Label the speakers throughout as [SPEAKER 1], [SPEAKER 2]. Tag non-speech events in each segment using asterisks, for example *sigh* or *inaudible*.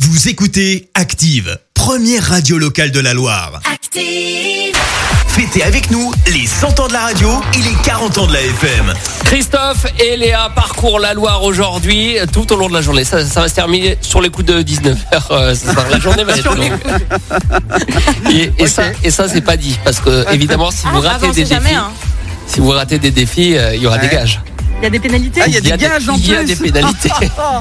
[SPEAKER 1] Vous écoutez Active, première radio locale de la Loire.
[SPEAKER 2] Active.
[SPEAKER 1] Fêtez avec nous les 100 ans de la radio et les 40 ans de la FM.
[SPEAKER 3] Christophe et Léa parcourent la Loire aujourd'hui tout au long de la journée. Ça, ça va se terminer sur les coups de 19h. la journée va être longue. Et, et ça, et ça c'est pas dit parce que évidemment si vous
[SPEAKER 4] bah,
[SPEAKER 2] Ah,
[SPEAKER 3] ratez
[SPEAKER 2] avant,
[SPEAKER 3] des
[SPEAKER 2] c'est
[SPEAKER 3] défis,
[SPEAKER 2] jamais, hein.
[SPEAKER 3] si vous ratez des défis, euh, il y aura des gages.
[SPEAKER 5] Il y a des pénalités
[SPEAKER 4] Ah, il y a des gages en
[SPEAKER 3] Il y a
[SPEAKER 4] plus.
[SPEAKER 3] des
[SPEAKER 4] *laughs*
[SPEAKER 3] pénalités.
[SPEAKER 4] Ah,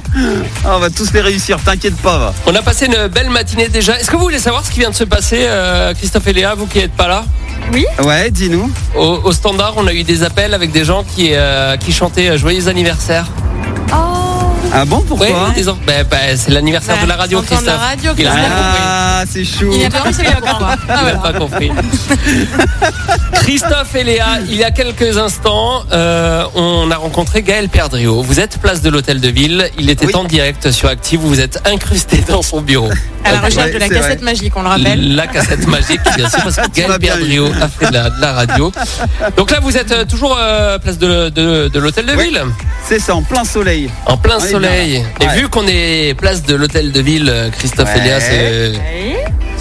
[SPEAKER 4] on va tous les réussir, t'inquiète pas. va.
[SPEAKER 3] On a passé une belle matinée déjà. Est-ce que vous voulez savoir ce qui vient de se passer, euh, Christophe et Léa, vous qui n'êtes pas là
[SPEAKER 4] Ouais, dis-nous.
[SPEAKER 3] au, au standard, on a eu des appels avec des gens qui, euh, qui chantaient euh, Joyeux anniversaire.
[SPEAKER 4] Ah bon, pourquoi
[SPEAKER 3] Ouais, des enfants. Bah, bah, c'est l'anniversaire
[SPEAKER 4] Ben,
[SPEAKER 2] Bah,
[SPEAKER 3] de la radio,
[SPEAKER 2] 100 ans
[SPEAKER 3] Christophe.
[SPEAKER 2] de la radio,
[SPEAKER 3] Il a rien
[SPEAKER 2] Christophe.
[SPEAKER 3] compris.
[SPEAKER 4] Ah, c'est chaud.
[SPEAKER 2] Il n'y a pas réussi à comprendre.
[SPEAKER 3] *laughs* Ah, ouais, pas compris. Christophe et Léa, il y a quelques instants, euh, on a rencontré Gaël Perdriau. Vous êtes place de l'Hôtel de Ville. Il était
[SPEAKER 4] Oui.
[SPEAKER 3] en direct sur Active. Vous vous êtes incrusté dans son
[SPEAKER 4] *laughs*
[SPEAKER 3] bureau.
[SPEAKER 2] À la recherche
[SPEAKER 4] Ouais,
[SPEAKER 2] de la
[SPEAKER 4] c'est
[SPEAKER 2] cassette magique, on le rappelle.
[SPEAKER 3] La cassette magique, bien sûr, parce
[SPEAKER 4] *laughs*
[SPEAKER 3] que Gaël
[SPEAKER 4] m'as bien eu.
[SPEAKER 3] Perdriau a fait de la, de la radio. Donc là, vous êtes euh, toujours euh, place de, de- de l'Hôtel de
[SPEAKER 4] Oui.
[SPEAKER 3] Ville,
[SPEAKER 4] C'est ça, en plein soleil.
[SPEAKER 3] en plein
[SPEAKER 4] On est bien
[SPEAKER 3] soleil.
[SPEAKER 4] là.
[SPEAKER 3] Et
[SPEAKER 4] Ouais.
[SPEAKER 3] vu qu'on est place de l'Hôtel de Ville, euh, Christophe et Léa,
[SPEAKER 4] Ouais.
[SPEAKER 3] c'est- euh,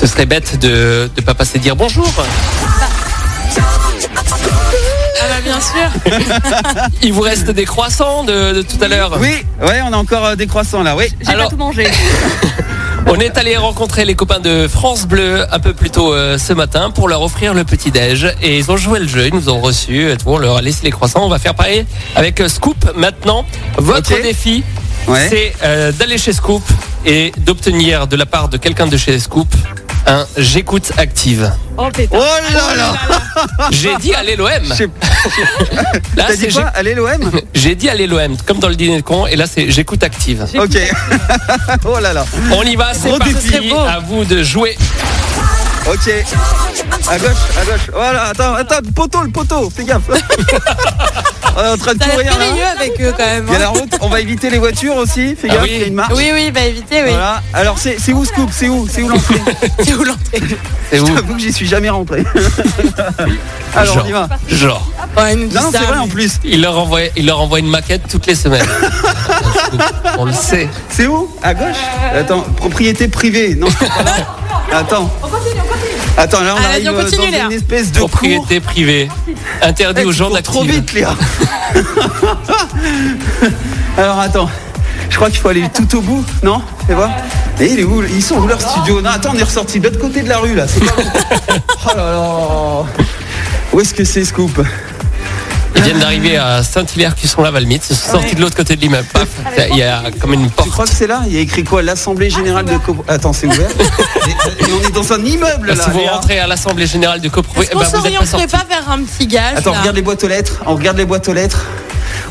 [SPEAKER 3] ce serait bête de ne pas passer dire bonjour.
[SPEAKER 2] Ah bah bien sûr.
[SPEAKER 3] Il vous reste des croissants de, de tout à l'heure.
[SPEAKER 4] Oui, ouais, on a encore euh, des croissants là, oui.
[SPEAKER 5] J'ai
[SPEAKER 3] Alors-
[SPEAKER 5] pas tout mangé.
[SPEAKER 3] On est allé rencontrer les copains de France Bleu un peu plus tôt euh, ce matin pour leur offrir le petit déj et ils ont joué le jeu, ils nous ont reçus, et tout, on leur a laissé les croissants. On va faire pareil avec euh, Scoop maintenant. Votre
[SPEAKER 4] Ok.
[SPEAKER 3] défi,
[SPEAKER 4] Ouais.
[SPEAKER 3] c'est euh, d'aller chez Scoop et d'obtenir de la part de quelqu'un de chez Scoop un j'écoute active.
[SPEAKER 5] Oh pétard.
[SPEAKER 4] Oh là là Ah,
[SPEAKER 3] J'ai dit à l'OM.
[SPEAKER 4] J'ai-
[SPEAKER 3] Là,
[SPEAKER 4] T'as
[SPEAKER 3] c'est
[SPEAKER 4] dit quoi Allez l'OM
[SPEAKER 3] j'ai- j'ai dit à l'OM comme dans le dîner de con et là c'est j'écoute active.
[SPEAKER 4] *laughs* Ok. oh là là.
[SPEAKER 3] On y va, c'est
[SPEAKER 4] Gros
[SPEAKER 3] parti.
[SPEAKER 4] défi.
[SPEAKER 3] À vous de jouer.
[SPEAKER 4] Ok. À gauche, à gauche. Voilà, attends, attends, le poteau, le poteau, fais gaffe. on est en train de
[SPEAKER 2] Ça a l'air
[SPEAKER 4] courir là.
[SPEAKER 2] périlleux avec eux quand même.
[SPEAKER 4] Il y a
[SPEAKER 2] hein.
[SPEAKER 4] la route, on va éviter les voitures aussi, fais
[SPEAKER 3] Ah
[SPEAKER 4] gaffe,
[SPEAKER 3] oui.
[SPEAKER 4] il y a une marche.
[SPEAKER 2] Oui, oui, bah évitez, oui. *laughs*
[SPEAKER 4] Voilà. Alors c'est c'est où Scoop C'est où C'est où l'entrée
[SPEAKER 2] C'est où l'entrée
[SPEAKER 3] C'est où
[SPEAKER 4] J'avoue que j'y suis
[SPEAKER 3] *laughs*
[SPEAKER 4] jamais rentré. Alors on y va.
[SPEAKER 3] Genre,
[SPEAKER 2] Ouais, il Oh, nous dit
[SPEAKER 4] Non, c'est
[SPEAKER 2] ça,
[SPEAKER 4] vrai
[SPEAKER 2] mais-
[SPEAKER 4] en plus.
[SPEAKER 3] il leur envoie, il leur envoie une maquette toutes les
[SPEAKER 4] *laughs*
[SPEAKER 3] semaines. On le sait.
[SPEAKER 4] C'est où À gauche
[SPEAKER 2] Euh.
[SPEAKER 4] Attends, propriété privée. Non, c'est pas là.
[SPEAKER 2] *laughs*
[SPEAKER 4] Attends. Attends, là on
[SPEAKER 2] Allez,
[SPEAKER 4] arrive
[SPEAKER 2] on continue,
[SPEAKER 4] euh, dans
[SPEAKER 2] Léa.
[SPEAKER 4] une espèce de cour.
[SPEAKER 3] Propriété privée. Interdit
[SPEAKER 4] Eh,
[SPEAKER 3] aux
[SPEAKER 4] tu
[SPEAKER 3] gens
[SPEAKER 4] cours trop
[SPEAKER 3] d'active.
[SPEAKER 4] vite, Léa. *laughs* Alors attends, je crois qu'il faut aller tout au bout, non Fais voir. Et il est où Ils sont où leur studio Non, attends, on est ressorti de l'autre côté de la rue là. C'est pas bon.
[SPEAKER 3] *laughs*
[SPEAKER 4] Oh là là. Où est-ce que c'est Scoop
[SPEAKER 3] Ils viennent d'arriver à Saint-Hilaire qui sont là, Valmite. Ils sont sortis de l'autre côté de l'immeuble. Paf, il y a comme une
[SPEAKER 4] Tu crois
[SPEAKER 3] porte.
[SPEAKER 4] que c'est là Il y a écrit quoi L'Assemblée Générale de Cop... Attends,
[SPEAKER 3] *laughs*
[SPEAKER 4] c'est ouvert et, et on est dans un immeuble là
[SPEAKER 3] Bah, Si vous
[SPEAKER 4] Léa.
[SPEAKER 3] rentrez à l'Assemblée Générale du Copropriété,
[SPEAKER 2] Est-ce qu'on
[SPEAKER 3] eh ben, vous êtes pas
[SPEAKER 2] s'orienterait
[SPEAKER 3] sorti.
[SPEAKER 2] pas vers un petit gage
[SPEAKER 4] Attends,
[SPEAKER 2] là
[SPEAKER 4] regarde les boîtes aux lettres, on regarde les boîtes aux lettres.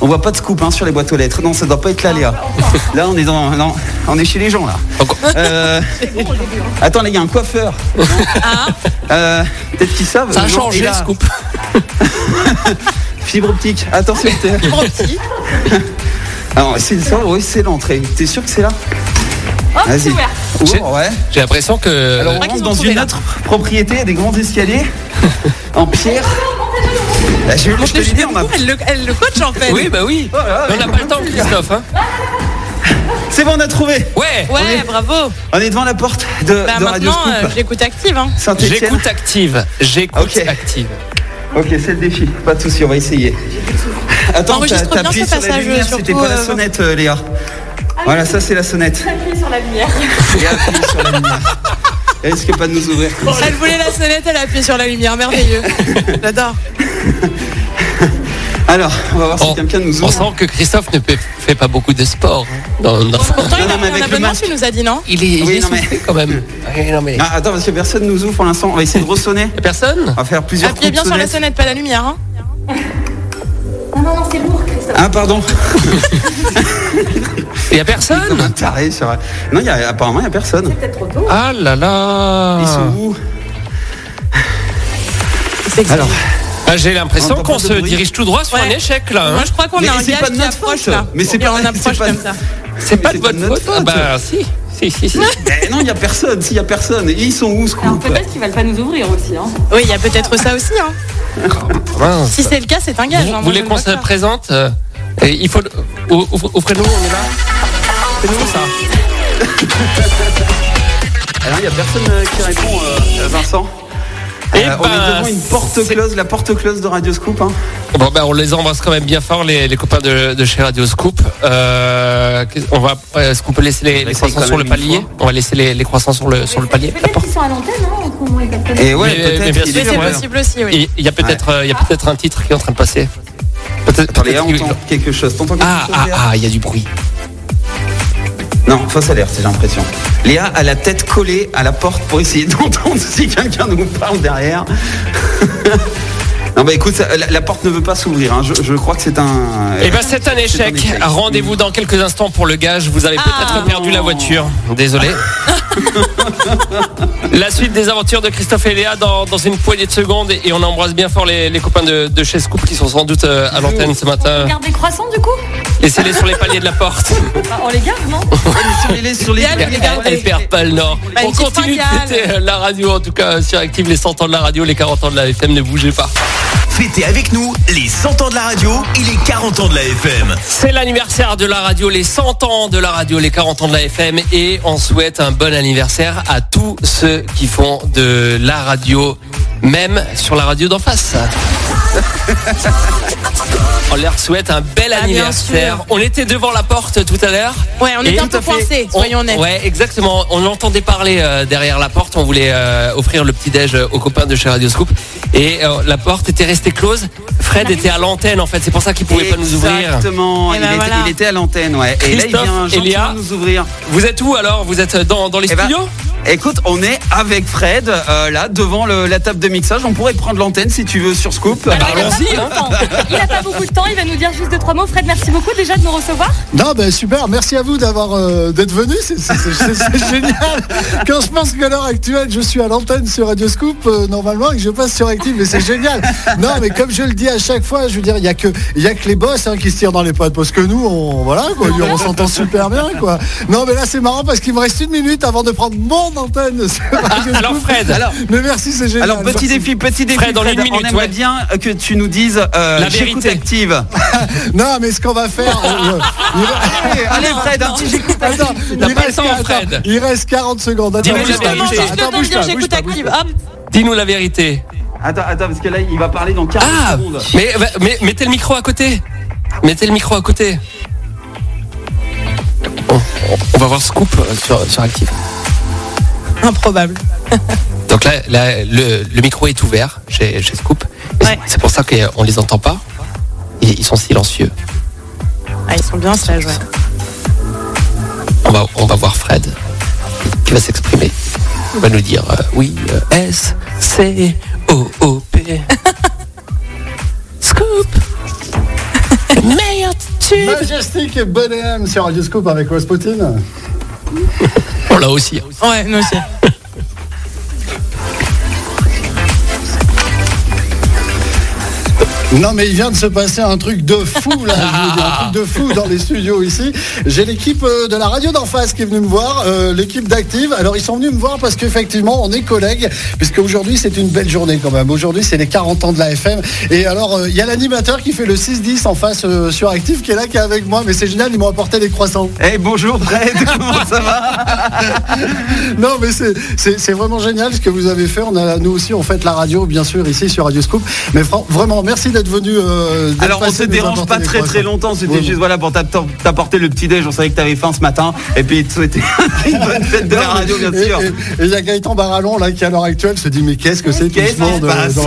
[SPEAKER 4] On voit pas de scoop hein, sur les boîtes aux lettres. Non, ça doit pas être là, Léa. Là, on est dans, non, on est chez les gens là.
[SPEAKER 3] Encore.
[SPEAKER 4] Euh, Attends, là, il y a un coiffeur. Euh, Peut-être qu'ils savent.
[SPEAKER 3] Ça a
[SPEAKER 4] Non, et
[SPEAKER 3] changé,
[SPEAKER 4] là,
[SPEAKER 3] Scoop.
[SPEAKER 4] Fibre optique. Attention. t'es-
[SPEAKER 2] Petit.
[SPEAKER 4] Alors, Ah, c'est ça. Oui, c'est l'entrée. T'es sûr que c'est là Vas-y.
[SPEAKER 3] J'ai-
[SPEAKER 4] Ouvre, ouais.
[SPEAKER 3] J'ai l'impression que.
[SPEAKER 4] Alors, on
[SPEAKER 2] Euh, qu'ils
[SPEAKER 4] rentre
[SPEAKER 2] ont
[SPEAKER 4] dans
[SPEAKER 2] trouvé,
[SPEAKER 4] une
[SPEAKER 2] là.
[SPEAKER 4] autre propriété, des grands escaliers en pierre. Là, je, je te l'ai dit, on a-
[SPEAKER 2] Elle le, elle le coach en fait.
[SPEAKER 3] Oui, bah oui.
[SPEAKER 4] Oh là là,
[SPEAKER 3] Mais on n'a pas le temps, Christophe. hein.
[SPEAKER 4] C'est bon, on a trouvé.
[SPEAKER 3] Ouais.
[SPEAKER 2] Ouais, bravo.
[SPEAKER 4] On est devant la porte de,
[SPEAKER 2] Bah
[SPEAKER 4] de Radio
[SPEAKER 2] maintenant, euh,
[SPEAKER 4] Scoop.
[SPEAKER 2] j'écoute active. Hein.
[SPEAKER 4] Saint-Etienne.
[SPEAKER 3] J'écoute active. J'écoute
[SPEAKER 4] Ok.
[SPEAKER 3] active.
[SPEAKER 4] Ok, c'est le défi. Pas de souci, on va essayer. Attends, t'as-
[SPEAKER 2] Enregistre bien
[SPEAKER 4] t'appuies
[SPEAKER 2] ce
[SPEAKER 4] sur la
[SPEAKER 2] passage,
[SPEAKER 4] lumière,
[SPEAKER 2] surtout,
[SPEAKER 4] c'était pas la
[SPEAKER 2] euh,
[SPEAKER 4] sonnette, euh, Léa. Voilà, ça c'est la sonnette. T'appuies sur la lumière. Et appuie sur la lumière. Elle risque pas de nous ouvrir. comme ça.
[SPEAKER 2] Elle voulait la sonnette, elle a appuyé sur la lumière.
[SPEAKER 3] *laughs*
[SPEAKER 2] Merveilleux. J'adore.
[SPEAKER 4] Alors, on va voir si
[SPEAKER 2] Oh.
[SPEAKER 3] On-
[SPEAKER 4] quelqu'un nous
[SPEAKER 3] On
[SPEAKER 4] ouvre.
[SPEAKER 3] sent que Christophe ne peut- fait pas beaucoup de sport. hein, Dans, dans-
[SPEAKER 2] Pourtant, il
[SPEAKER 4] Non,
[SPEAKER 2] a
[SPEAKER 4] non,
[SPEAKER 2] pris
[SPEAKER 4] mais avec
[SPEAKER 2] un
[SPEAKER 4] le
[SPEAKER 2] abonnement,
[SPEAKER 4] masque.
[SPEAKER 2] tu nous as dit non
[SPEAKER 3] Il est, il
[SPEAKER 4] Oui,
[SPEAKER 3] est
[SPEAKER 4] non, mais-
[SPEAKER 3] soufflé quand
[SPEAKER 4] *laughs*
[SPEAKER 3] même. Oui, non, mais-
[SPEAKER 4] Ah, attends, parce que personne nous ouvre pour l'instant. On va essayer de ressonner.
[SPEAKER 3] Y a Personne
[SPEAKER 4] On va faire plusieurs
[SPEAKER 2] Appuyez bien
[SPEAKER 4] coups de
[SPEAKER 2] sur la sonnette,
[SPEAKER 4] sonnette.
[SPEAKER 2] pas la lumière. Hein.
[SPEAKER 4] Ah, pardon.
[SPEAKER 3] Il y a personne
[SPEAKER 4] Un taré, c'est vrai. Non, il y a, apparemment, il n'y a personne.
[SPEAKER 3] Ah là là
[SPEAKER 4] Ils sont où Alors,
[SPEAKER 3] Ah, J'ai l'impression
[SPEAKER 4] On entend
[SPEAKER 3] qu'on
[SPEAKER 4] pas de
[SPEAKER 3] se
[SPEAKER 4] bruit.
[SPEAKER 3] dirige tout droit sur un
[SPEAKER 2] Ouais.
[SPEAKER 3] échec là. hein.
[SPEAKER 2] Moi, je crois qu'on
[SPEAKER 4] Mais
[SPEAKER 2] a un
[SPEAKER 4] c'est
[SPEAKER 2] gage
[SPEAKER 4] pas de
[SPEAKER 2] qui
[SPEAKER 4] notre
[SPEAKER 2] approche
[SPEAKER 4] faute.
[SPEAKER 2] là.
[SPEAKER 4] Mais c'est
[SPEAKER 2] Et
[SPEAKER 4] pas-
[SPEAKER 2] on
[SPEAKER 4] *laughs* c'est
[SPEAKER 2] approche
[SPEAKER 4] pas-
[SPEAKER 2] comme ça.
[SPEAKER 3] C'est pas
[SPEAKER 4] mais
[SPEAKER 3] de votre
[SPEAKER 4] notre
[SPEAKER 3] faute. Ah bah si, si, si, si.
[SPEAKER 4] Eh non, il n'y a personne. S'il n'y a personne, ils sont où, Scoop
[SPEAKER 5] qu'ils veulent pas nous ouvrir aussi. Hein.
[SPEAKER 2] Oui, il y a peut-être ça aussi. Hein.
[SPEAKER 3] Mince.
[SPEAKER 2] Si c'est le cas, c'est un gage.
[SPEAKER 3] Vous
[SPEAKER 2] hein. Moi,
[SPEAKER 3] voulez
[SPEAKER 2] je ne
[SPEAKER 3] qu'on
[SPEAKER 2] vois
[SPEAKER 3] se
[SPEAKER 2] pas.
[SPEAKER 3] présente euh, et Il faut. Ouvrez-nous, on est là. C'est nous ça.
[SPEAKER 4] Alors, il n'y a personne euh, qui répond, euh, Vincent.
[SPEAKER 3] Eh
[SPEAKER 4] Euh, on
[SPEAKER 3] ben,
[SPEAKER 4] est devant une porte
[SPEAKER 3] c'est-
[SPEAKER 4] close, la porte close de Radio Scoop. hein.
[SPEAKER 3] Bon ben on les embrasse quand même bien fort les, les copains de, de chez Radio Scoop. Euh, qu'est-ce- on va euh, est-ce qu'on peut laisser les, les
[SPEAKER 4] essayer
[SPEAKER 3] croissants
[SPEAKER 4] quand
[SPEAKER 3] sur le
[SPEAKER 4] même une
[SPEAKER 3] palier
[SPEAKER 4] fois.
[SPEAKER 3] On va laisser les, les croissants sur le sur le palier. la
[SPEAKER 5] Peut-être
[SPEAKER 3] porte.
[SPEAKER 5] qu'ils sont à l'antenne, hein, au moment où ils captent pas.
[SPEAKER 4] Et ouais,
[SPEAKER 3] Mais- mais bien
[SPEAKER 4] peut-être. il est
[SPEAKER 3] sûr,
[SPEAKER 2] c'est
[SPEAKER 4] sur-
[SPEAKER 3] ouais.
[SPEAKER 2] possible aussi, oui.
[SPEAKER 3] Et Il y a peut-être euh, il y a peut-être un titre qui est en train de passer. Peut-être.
[SPEAKER 4] Attendez,
[SPEAKER 3] peut-être
[SPEAKER 4] là, on
[SPEAKER 3] qu'il-
[SPEAKER 4] entend quelque chose. T'entends quelque
[SPEAKER 3] ah
[SPEAKER 4] chose
[SPEAKER 3] ah
[SPEAKER 4] Léa
[SPEAKER 3] ah il y a du bruit.
[SPEAKER 4] Non, fausse alerte, j'ai l'impression. Léa a la tête collée à la porte pour essayer *laughs* d'entendre si quelqu'un nous parle derrière. *laughs* non, bah écoute, ça- la, la porte ne veut pas s'ouvrir. hein. Je, je crois que c'est un.
[SPEAKER 3] Eh ben c'est un
[SPEAKER 4] C'est un
[SPEAKER 3] échec.
[SPEAKER 4] échec.
[SPEAKER 3] Rendez-vous dans quelques instants pour le gage. Vous avez peut-être
[SPEAKER 2] Ah.
[SPEAKER 3] perdu la voiture. *laughs* Désolé. la suite des aventures de Christophe et Léa dans, dans une poignée de secondes et on embrasse bien fort les, les copains de, de chez Scoop qui sont sans doute euh, à l'antenne ce matin.
[SPEAKER 5] Garde des croissants du coup
[SPEAKER 3] Laissez-les sur les paliers de
[SPEAKER 2] *laughs*
[SPEAKER 3] la porte.
[SPEAKER 5] Bah, On les garde, non
[SPEAKER 4] Sur les- sur les-
[SPEAKER 2] Léa, les garder.
[SPEAKER 3] Elles perdent pas le nord. On
[SPEAKER 2] Magnifique
[SPEAKER 3] continue de
[SPEAKER 2] fringale.
[SPEAKER 3] fêter euh, la radio en tout cas sur Active les 100 ans de la radio, les 40 ans de la FM. Ne bougez pas.
[SPEAKER 1] Fêtez avec nous les 100 ans de la radio et les 40 ans de la FM.
[SPEAKER 3] C'est l'anniversaire de la radio, les 100 ans de la radio, les 40 ans de la FM et on souhaite un bon anniversaire à tous ceux qui font de la radio, même sur la radio d'en face. On leur souhaite un bel
[SPEAKER 2] Ah, bien
[SPEAKER 3] anniversaire.
[SPEAKER 2] sûr.
[SPEAKER 3] On était devant la porte tout à l'heure.
[SPEAKER 2] Ouais, on
[SPEAKER 3] Et-
[SPEAKER 2] était un peu
[SPEAKER 3] Tout à fait.
[SPEAKER 2] coincés,
[SPEAKER 3] On-
[SPEAKER 2] soyons honnêtes.
[SPEAKER 3] Ouais, exactement. On entendait parler euh, derrière la porte. On voulait euh, offrir le petit déj aux copains de chez Radio Scoop. Et euh, la porte était restée close. Fred était à l'antenne en fait. C'est pour ça qu'il pouvait pas nous ouvrir.
[SPEAKER 4] Exactement,
[SPEAKER 2] Eh
[SPEAKER 4] il,
[SPEAKER 2] ben
[SPEAKER 4] était,
[SPEAKER 2] voilà.
[SPEAKER 4] il était à l'antenne, ouais. Et là, il
[SPEAKER 3] Christophe
[SPEAKER 4] vient
[SPEAKER 3] et
[SPEAKER 4] gentiment
[SPEAKER 3] Léa.
[SPEAKER 4] nous ouvrir.
[SPEAKER 3] Vous êtes où alors Vous êtes dans, dans les
[SPEAKER 4] Eh ben,
[SPEAKER 3] studios
[SPEAKER 4] écoute, on est avec Fred, euh, là, devant le- la table de mixage. On pourrait prendre l'antenne si tu veux sur Scoop.
[SPEAKER 5] Il a pas
[SPEAKER 3] Allons-y,
[SPEAKER 5] beaucoup
[SPEAKER 3] hein.
[SPEAKER 5] de temps. Il a pas beaucoup de temps, il va nous dire juste deux, trois mots. Fred, merci beaucoup déjà de nous recevoir.
[SPEAKER 6] Non, ben super, merci à vous d'avoir euh, d'être venu, c'est c'est-
[SPEAKER 4] *laughs*
[SPEAKER 6] c'est- c'est génial. Quand je pense qu'à l'heure actuelle, je suis à l'antenne sur Radio Scoop, euh, normalement, et que je passe sur Active, mais c'est génial. Non, mais comme je le dis à chaque fois, je veux dire, il y a que il y a que les boss hein, qui se tirent dans les pattes, parce que nous, on voilà, quoi,
[SPEAKER 4] Ah
[SPEAKER 6] on s'entend super bien, quoi. Non, mais là, c'est marrant parce qu'il me reste une minute avant de prendre mon antenne.
[SPEAKER 4] *laughs*
[SPEAKER 6] sur Radio
[SPEAKER 3] alors,
[SPEAKER 6] Scoop.
[SPEAKER 3] Fred.
[SPEAKER 4] Alors,
[SPEAKER 6] mais merci, c'est génial.
[SPEAKER 4] Alors petit défi, petit défi.
[SPEAKER 3] bah, Fred, en une minute,
[SPEAKER 4] on aimerait
[SPEAKER 3] ouais.
[SPEAKER 4] bien que tu nous dises euh,
[SPEAKER 3] La
[SPEAKER 4] j'écoute
[SPEAKER 3] vérité.
[SPEAKER 4] active.
[SPEAKER 6] Non, mais ce qu'on va faire. euh, il va-
[SPEAKER 4] allez, allez, Fred, hein. un
[SPEAKER 6] *laughs*
[SPEAKER 4] petit j'écoute.
[SPEAKER 6] Attends,
[SPEAKER 3] T'as
[SPEAKER 6] Ah, il
[SPEAKER 3] pas le
[SPEAKER 6] reste,
[SPEAKER 3] temps,
[SPEAKER 6] attends,
[SPEAKER 3] Fred.
[SPEAKER 6] il reste 40 secondes. Attends,
[SPEAKER 3] Dis-moi
[SPEAKER 6] bouge
[SPEAKER 3] la
[SPEAKER 6] pas,
[SPEAKER 2] Justement,
[SPEAKER 3] vérité.
[SPEAKER 6] bouge
[SPEAKER 2] juste
[SPEAKER 6] pas,
[SPEAKER 2] le temps
[SPEAKER 6] attends,
[SPEAKER 2] de
[SPEAKER 6] bouge
[SPEAKER 2] dire
[SPEAKER 6] pas, bouge
[SPEAKER 2] j'écoute
[SPEAKER 6] pas, bouge
[SPEAKER 2] active.
[SPEAKER 6] pas.
[SPEAKER 2] Hop,
[SPEAKER 3] Dis-nous la vérité.
[SPEAKER 4] Attends, attends, parce que là il va parler dans 40
[SPEAKER 3] Ah
[SPEAKER 4] secondes.
[SPEAKER 3] mais, mais- mettez le micro à côté. Mettez le micro à côté. On, on va voir Scoop euh, sur, sur Active.
[SPEAKER 2] improbable.
[SPEAKER 3] Donc là, là, le, le micro est ouvert chez, chez Scoop. Et c'est-
[SPEAKER 2] Ouais.
[SPEAKER 3] C'est pour ça qu'on les entend pas. Et ils sont silencieux.
[SPEAKER 2] Ah, ils sont bien sages, ouais.
[SPEAKER 3] On va, on va voir Fred qui va s'exprimer. Il va nous dire euh, oui, euh, S, C, O, O, P. *laughs* Scoop *laughs* Le meilleur tube
[SPEAKER 6] Majestic et Bonne AM sur Radioscope avec Rasputin.
[SPEAKER 3] On l'a aussi.
[SPEAKER 2] Ouais, nous aussi.
[SPEAKER 6] Non mais il vient de se passer un truc de fou là, je vous dis, un truc de fou dans les studios ici. J'ai l'équipe euh, de la radio d'en face qui est venue me voir, euh, l'équipe d'Active. Alors ils sont venus me voir parce qu'effectivement on est collègues, puisque aujourd'hui c'est une belle journée quand même. Aujourd'hui c'est les 40 ans de la FM. Et alors euh, il y a l'animateur qui fait le 6-10 en face euh, sur Active qui est là, qui est avec moi. Mais c'est génial, ils m'ont apporté des croissants.
[SPEAKER 4] Eh bonjour Fred, *laughs* comment ça va
[SPEAKER 6] *laughs* Non, mais c'est- c'est c'est vraiment génial ce que vous avez fait. On a, nous aussi, on fait la radio, bien sûr, ici sur Radio Scoop. Mais fran- vraiment, merci d'être venu. euh, d'être
[SPEAKER 4] Alors on
[SPEAKER 6] passé
[SPEAKER 4] se
[SPEAKER 6] nous
[SPEAKER 4] dérange
[SPEAKER 6] apporter
[SPEAKER 4] pas
[SPEAKER 6] des
[SPEAKER 4] très très
[SPEAKER 6] croissants.
[SPEAKER 4] longtemps, c'était
[SPEAKER 6] Ouais,
[SPEAKER 4] juste voilà pour t'app- t'apporter le petit déj, on savait que t'avais faim ce matin et puis te souhaiter *laughs* une bonne fête de la radio bien
[SPEAKER 6] Et-
[SPEAKER 4] sûr.
[SPEAKER 6] et- et il y a Gaëtan Barallon là qui à l'heure actuelle se dit mais qu'est-ce que c'est tout
[SPEAKER 4] Qu'est-ce
[SPEAKER 6] ce monde
[SPEAKER 4] qui se passe
[SPEAKER 6] euh,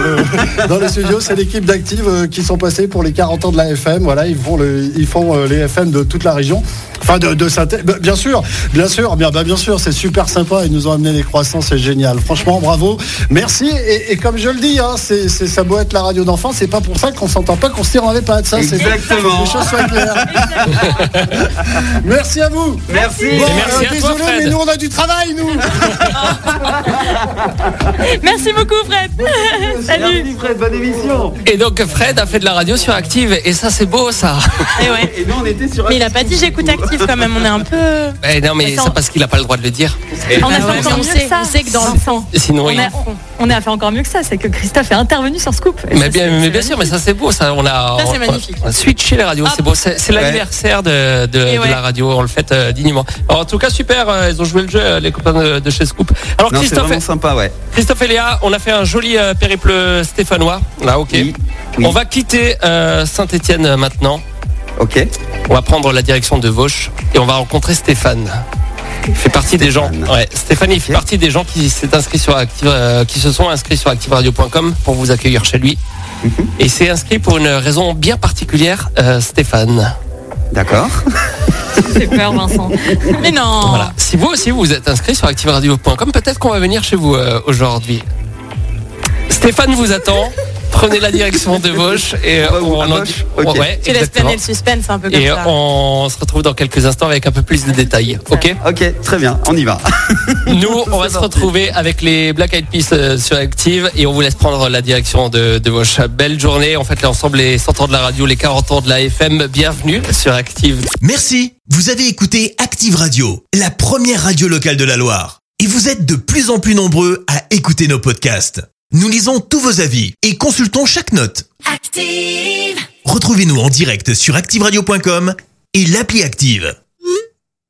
[SPEAKER 6] dans le, *laughs* dans le studio C'est l'équipe d'Active euh, qui sont passés pour les 40 ans de la FM. Voilà, ils font, le, ils font euh, les FM de toute la région. Enfin, de, de Saint- bah, bien sûr, bien sûr, bien, bah, bien sûr, c'est super sympa. Ils nous ont amené les croissants, c'est génial. Franchement, bravo, merci. Et, et comme je le dis, hein, c'est, c'est- ça beau être la radio d'enfant, c'est pas pour ça qu'on s'entend pas, qu'on se tire dans les pattes. Ça, c'est
[SPEAKER 4] Exactement.
[SPEAKER 6] que les choses soient
[SPEAKER 4] *laughs*
[SPEAKER 6] claires. merci à vous.
[SPEAKER 4] Merci.
[SPEAKER 6] Bon, euh,
[SPEAKER 3] Et merci à toi,
[SPEAKER 6] désolé,
[SPEAKER 3] Fred.
[SPEAKER 6] mais nous on a du travail, nous.
[SPEAKER 5] Merci beaucoup, Fred. Salut.
[SPEAKER 4] Merci Fred, bonne émission.
[SPEAKER 3] Et donc Fred a fait de la radio sur Active et ça c'est beau ça.
[SPEAKER 2] Et Eh ouais.
[SPEAKER 4] Et nous on était sur
[SPEAKER 2] Mais il a pas dit j'écoute active quand même, on est un peu.
[SPEAKER 3] Eh non mais
[SPEAKER 2] Attends.
[SPEAKER 3] c'est parce qu'il a pas le droit de le dire.
[SPEAKER 5] On
[SPEAKER 2] Ah
[SPEAKER 5] a
[SPEAKER 2] ouais,
[SPEAKER 5] fait encore
[SPEAKER 2] mais on
[SPEAKER 5] mieux que
[SPEAKER 2] sait-
[SPEAKER 5] ça.
[SPEAKER 2] on sait que dans le
[SPEAKER 5] Vincent.
[SPEAKER 3] Sinon
[SPEAKER 5] On
[SPEAKER 3] il-
[SPEAKER 5] a, on a fait encore mieux que ça, c'est que Christophe est intervenu sur Scoop. Et
[SPEAKER 3] Mais
[SPEAKER 5] ça,
[SPEAKER 3] bien,
[SPEAKER 5] c'est-
[SPEAKER 3] mais
[SPEAKER 5] c'est
[SPEAKER 3] bien sûr, mais ça c'est beau, ça on a,
[SPEAKER 2] Ça, c'est
[SPEAKER 3] on-
[SPEAKER 2] magnifique.
[SPEAKER 3] on a switché les radios,
[SPEAKER 2] Ah.
[SPEAKER 3] c'est beau, c'est c'est l'anniversaire de, de,
[SPEAKER 2] Et
[SPEAKER 3] de
[SPEAKER 2] ouais.
[SPEAKER 3] la radio, on le fête euh, dignement. Alors, en tout cas super, euh, ils ont joué le jeu euh, les copains de, de chez Scoop. Alors
[SPEAKER 4] Non, c'est
[SPEAKER 3] Christophe,
[SPEAKER 4] vraiment sympa, ouais.
[SPEAKER 3] Christophe et Léa, on a fait un joli euh, périple stéphanois. Là, ok.
[SPEAKER 4] Oui, oui.
[SPEAKER 3] On va quitter euh, Saint-Étienne maintenant.
[SPEAKER 4] Ok.
[SPEAKER 3] On va prendre la direction de Vauche et on va rencontrer Stéphane. Il fait partie des gens.
[SPEAKER 4] Stéphane.
[SPEAKER 3] Ouais, Stéphane, il fait
[SPEAKER 4] Ok.
[SPEAKER 3] partie des gens qui s'est inscrit sur Active, euh, qui se sont inscrits sur activeradio.com pour vous accueillir chez lui.
[SPEAKER 4] Mhm.
[SPEAKER 3] Et il s'est inscrit pour une raison bien particulière, euh, Stéphane.
[SPEAKER 4] D'accord.
[SPEAKER 5] J'ai peur, Vincent.
[SPEAKER 2] Mais non.
[SPEAKER 3] Voilà. Si vous aussi vous êtes inscrit sur activeradio.com, peut-être qu'on va venir chez vous euh, aujourd'hui. Stéphane vous attend. Prenez la direction de Vosges et euh,
[SPEAKER 4] On va où,
[SPEAKER 3] on
[SPEAKER 4] Ah bah,
[SPEAKER 3] en
[SPEAKER 4] à Vosges
[SPEAKER 3] dit-
[SPEAKER 4] Ok.
[SPEAKER 3] ouais,
[SPEAKER 2] Tu laisses
[SPEAKER 3] exactement.
[SPEAKER 2] planer le suspense un peu comme
[SPEAKER 3] Et euh,
[SPEAKER 2] ça.
[SPEAKER 3] on se retrouve dans quelques instants avec un peu plus de détails. Ok
[SPEAKER 4] Ok, très bien, on y va.
[SPEAKER 3] Nous, on va se
[SPEAKER 4] C'est parti.
[SPEAKER 3] retrouver avec les Black Eyed Peas euh, sur Active et on vous laisse prendre la direction de, de Vosges. Belle journée. En fait, l'ensemble les 100 ans de la radio, les 40 ans de la FM. Bienvenue sur Active.
[SPEAKER 1] Merci. Vous avez écouté Active Radio, la première radio locale de la Loire. Et vous êtes de plus en plus nombreux à écouter nos podcasts. Nous lisons tous vos avis et consultons chaque note.
[SPEAKER 7] Active.
[SPEAKER 1] Retrouvez-nous en direct sur activeradio.com et l'appli Active.